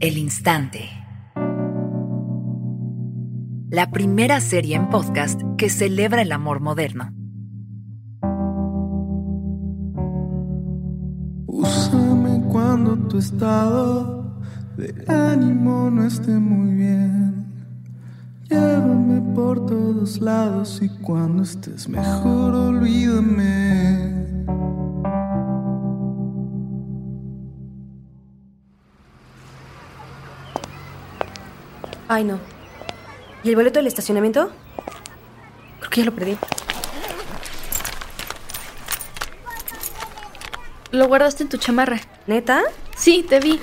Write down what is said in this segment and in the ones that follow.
El Instante. La primera serie en podcast que celebra el amor moderno. Úsame cuando tu estado de ánimo no esté muy bien. Llévame por todos lados y cuando estés mejor olvídame. Ay, no. ¿Y el boleto del estacionamiento? Creo que ya lo perdí. Lo guardaste en tu chamarra. ¿Neta? Sí, te vi.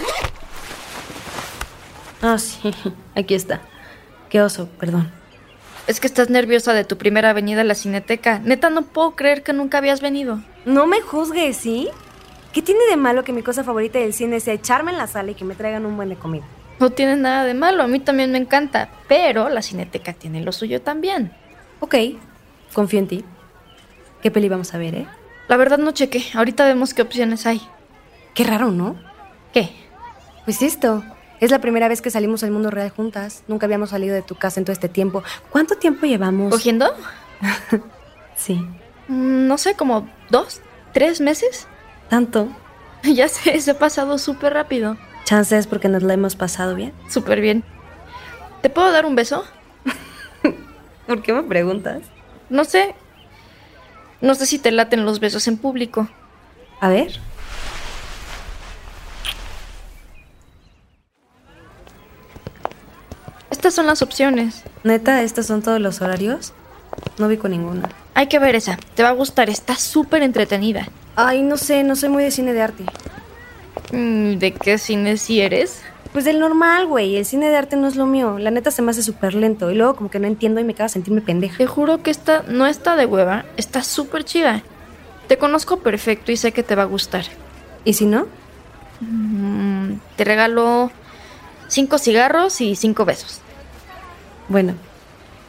Ah, sí. Aquí está. Qué oso, perdón. Es que estás nerviosa de tu primera venida a la cineteca. Neta, no puedo creer que nunca habías venido. No me juzgues, ¿sí? ¿Qué tiene de malo que mi cosa favorita del cine sea echarme en la sala y que me traigan un buen de comida? No tiene nada de malo, a mí también me encanta. Pero la cineteca tiene lo suyo también. Ok, confío en ti. ¿Qué peli vamos a ver, eh? La verdad no chequé, ahorita vemos qué opciones hay. Qué raro, ¿no? ¿Qué? Pues esto. Es la primera vez que salimos al mundo real juntas. Nunca habíamos salido de tu casa en todo este tiempo. ¿Cuánto tiempo llevamos? ¿Cogiendo? Sí. Mm, No sé, como dos, tres meses. ¿Tanto? Ya sé, se ha pasado súper rápido. Chance es porque nos la hemos pasado bien. Súper bien. ¿Te puedo dar un beso? ¿Por qué me preguntas? No sé. No sé si te laten los besos en público. A ver. Estas son las opciones. Neta, ¿estos son todos los horarios? No vi con ninguna. Hay que ver esa. Te va a gustar, está súper entretenida. Ay, no sé, no soy muy de cine de arte. Mm, ¿De qué cine si eres? Pues del normal, güey. El cine de arte no es lo mío. La neta se me hace súper lento. Y luego como que no entiendo y me acaba de sentirme pendeja. Te juro que esta no está de hueva, está súper chida. Te conozco perfecto y sé que te va a gustar. ¿Y si no? Mm, te regalo cinco cigarros y cinco besos. Bueno,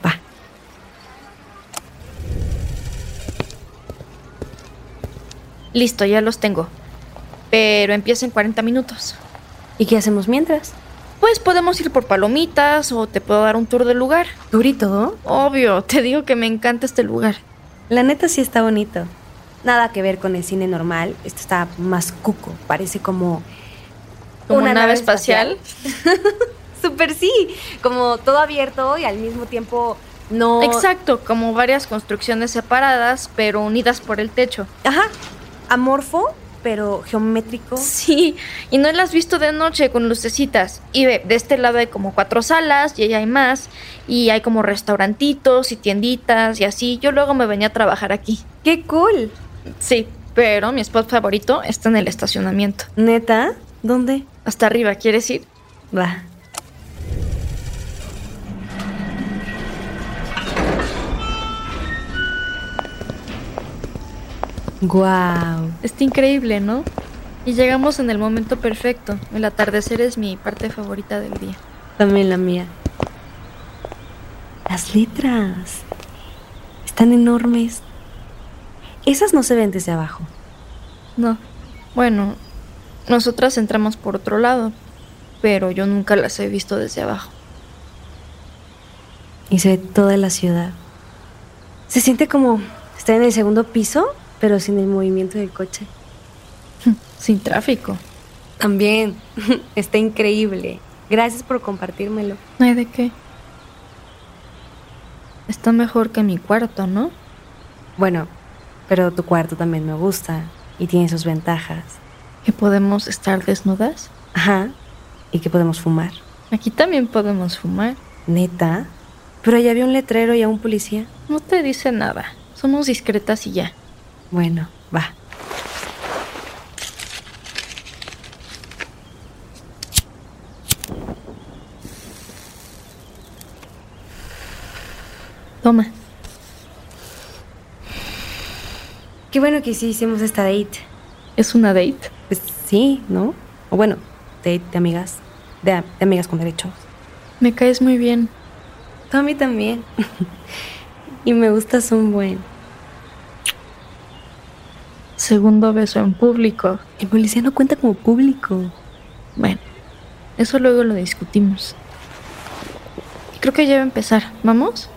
va. Listo, ya los tengo. Pero empieza en 40 minutos. ¿Y qué hacemos mientras? Pues podemos ir por palomitas o te puedo dar un tour del lugar. ¿Tour y todo? Obvio, te digo que me encanta este lugar. La neta sí está bonito. Nada que ver con el cine normal. Esto está más cuco. Parece como... Como una, nave espacial. Súper sí. Como todo abierto y al mismo tiempo no... Exacto, como varias construcciones separadas, pero unidas por el techo. Ajá. Amorfo, pero geométrico. Sí, y no las has visto de noche con lucecitas. Y ve, de este lado hay como cuatro salas y ahí hay más. Y hay como restaurantitos y tienditas y así. Yo luego me venía a trabajar aquí. ¡Qué cool! Sí, pero mi spot favorito está en el estacionamiento. ¿Neta? ¿Dónde? Hasta arriba, ¿quieres ir? Va. Guau. Está increíble, ¿no? Y llegamos en el momento perfecto. El atardecer es mi parte favorita del día. También la mía. Las letras. Están enormes. Esas no se ven desde abajo. No. Bueno, nosotras entramos por otro lado, pero yo nunca las he visto desde abajo. Y se ve toda la ciudad. Se siente como estar en el segundo piso, pero sin el movimiento del coche. Sin tráfico. También. Está increíble. Gracias por compartírmelo. No hay de qué. Está mejor que mi cuarto, ¿no? Bueno, pero tu cuarto también me gusta y tiene sus ventajas. Que podemos estar desnudas. Ajá. Y que podemos fumar. Aquí también podemos fumar. Neta. Pero allá había un letrero y a un policía. No te dice nada. Somos discretas y ya. Bueno, va. Toma. Qué bueno que sí hicimos esta date. Es una date. Pues sí, ¿no? O bueno, date de amigas. De, a- de amigas con derechos. Me caes muy bien. Tú a mí también. y me gustas un buen. Segundo beso en público. El policía no cuenta como público. Bueno, Eso luego lo discutimos. Creo que ya va a empezar. ¿Vamos?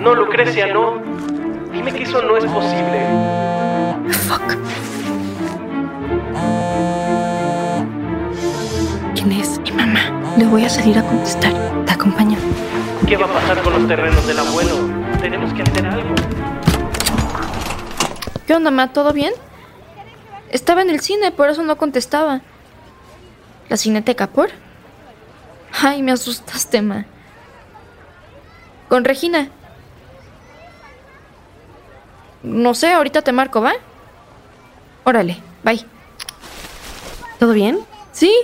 No, Lucrecia, no. Dime que eso no es posible. Fuck. ¿Quién es? Mi mamá. Le voy a salir a contestar. Te acompaña. ¿Qué va a pasar con los terrenos del abuelo? Tenemos que hacer algo. ¿Qué onda, ma? ¿Todo bien? Estaba en el cine, por eso no contestaba. ¿La cineteca por? Ay, me asustaste, ma. Con Regina. No sé, ahorita te marco, ¿va? Órale, bye. ¿Todo bien? Sí,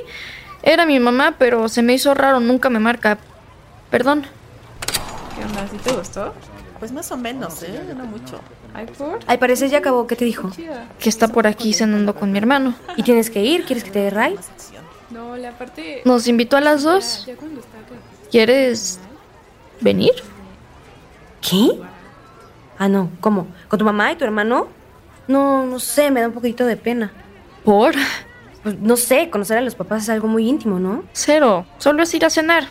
era mi mamá, pero se me hizo raro, nunca me marca. Perdón. ¿Qué onda? ¿Sí te gustó? Pues más o menos, ¿eh? No mucho. ¿Ay, por? Al parecer ya acabó. ¿Qué te dijo? Chida. Que está por aquí cenando con mi hermano. ¿Y tienes que ir? ¿Quieres que te dé ride? No, la parte... Nos invitó a las dos. Ya cuando está acá. ¿Quieres venir? ¿Qué? Ah, no. ¿Cómo? ¿Con tu mamá y tu hermano? No, no sé. Me da un poquito de pena. ¿Por? Pues, no sé. Conocer a los papás es algo muy íntimo, ¿no? Cero. Solo es ir a cenar.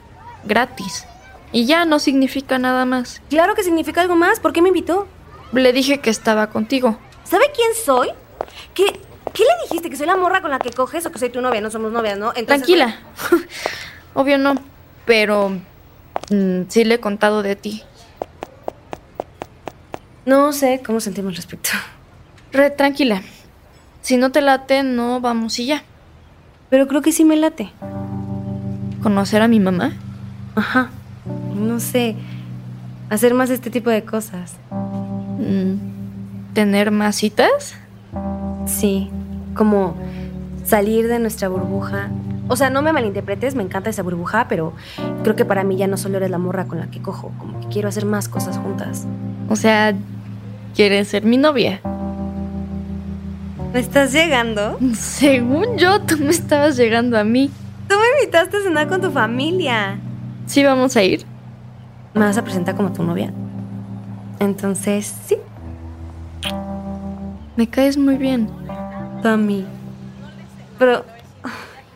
Gratis. Y ya no significa nada más. Claro que significa algo más. ¿Por qué me invitó? Le dije que estaba contigo. ¿Sabe quién soy? ¿Qué, ¿Qué le dijiste? ¿Que soy la morra con la que coges o que soy tu novia? No somos novias, ¿no? Entonces- Tranquila. Obvio no. Pero mm, sí le he contado de ti. No sé cómo sentimos al respecto. Re tranquila. Si no te late, no vamos y ya. Pero creo que sí me late. ¿Conocer a mi mamá? Ajá. No sé. Hacer más este tipo de cosas. Mm, ¿Tener más citas? Sí. Como salir de nuestra burbuja. O sea, no me malinterpretes, me encanta esa burbuja, pero creo que para mí ya no solo eres la morra con la que cojo, como que quiero hacer más cosas juntas. O sea, ¿quieres ser mi novia? ¿Me estás llegando? Según yo, tú me estabas llegando a mí. Tú me invitaste a cenar con tu familia. ¿Sí vamos a ir? ¿Me vas a presentar como tu novia? Entonces, sí, Me caes muy bien. tú a mí. Pero,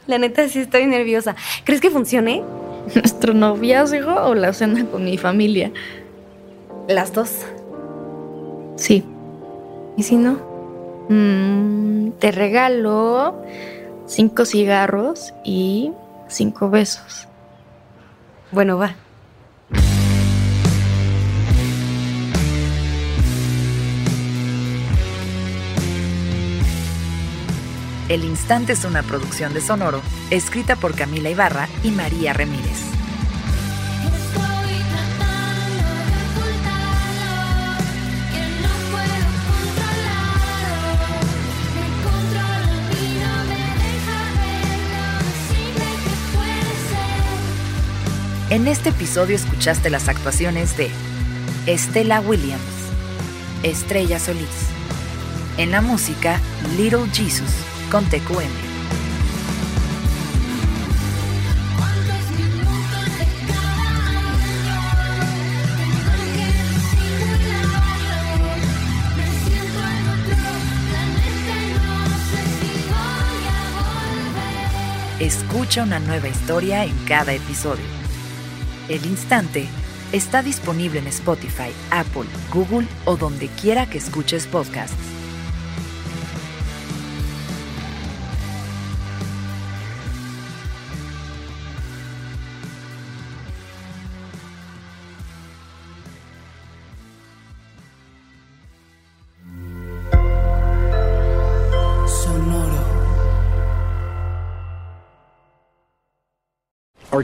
la neta, sí estoy nerviosa. ¿Crees que funcione? ¿Nuestro noviazgo o la cena con mi familia? Las dos. Sí. ¿Y si no? Mm, te regalo cinco cigarros y cinco besos. Bueno, va. El Instante es una producción de Sonoro, escrita por Camila Ibarra y María Ramírez. Estoy tratando de ocultarlo, que no puedo controlarlo. Me controlo y no me deja verlo. Decime que puede ser. En este episodio escuchaste las actuaciones de Estela Williams, Estrella Solís. En la música, Little Jesus con TQM. ¿Cuántos minutos de cada año? Tengo que disimularlo. Me siento en otro planeta y no sé si voy a volver. Escucha una nueva historia en cada episodio. El Instante está disponible en Spotify, Apple, Google o donde quiera que escuches podcasts. Our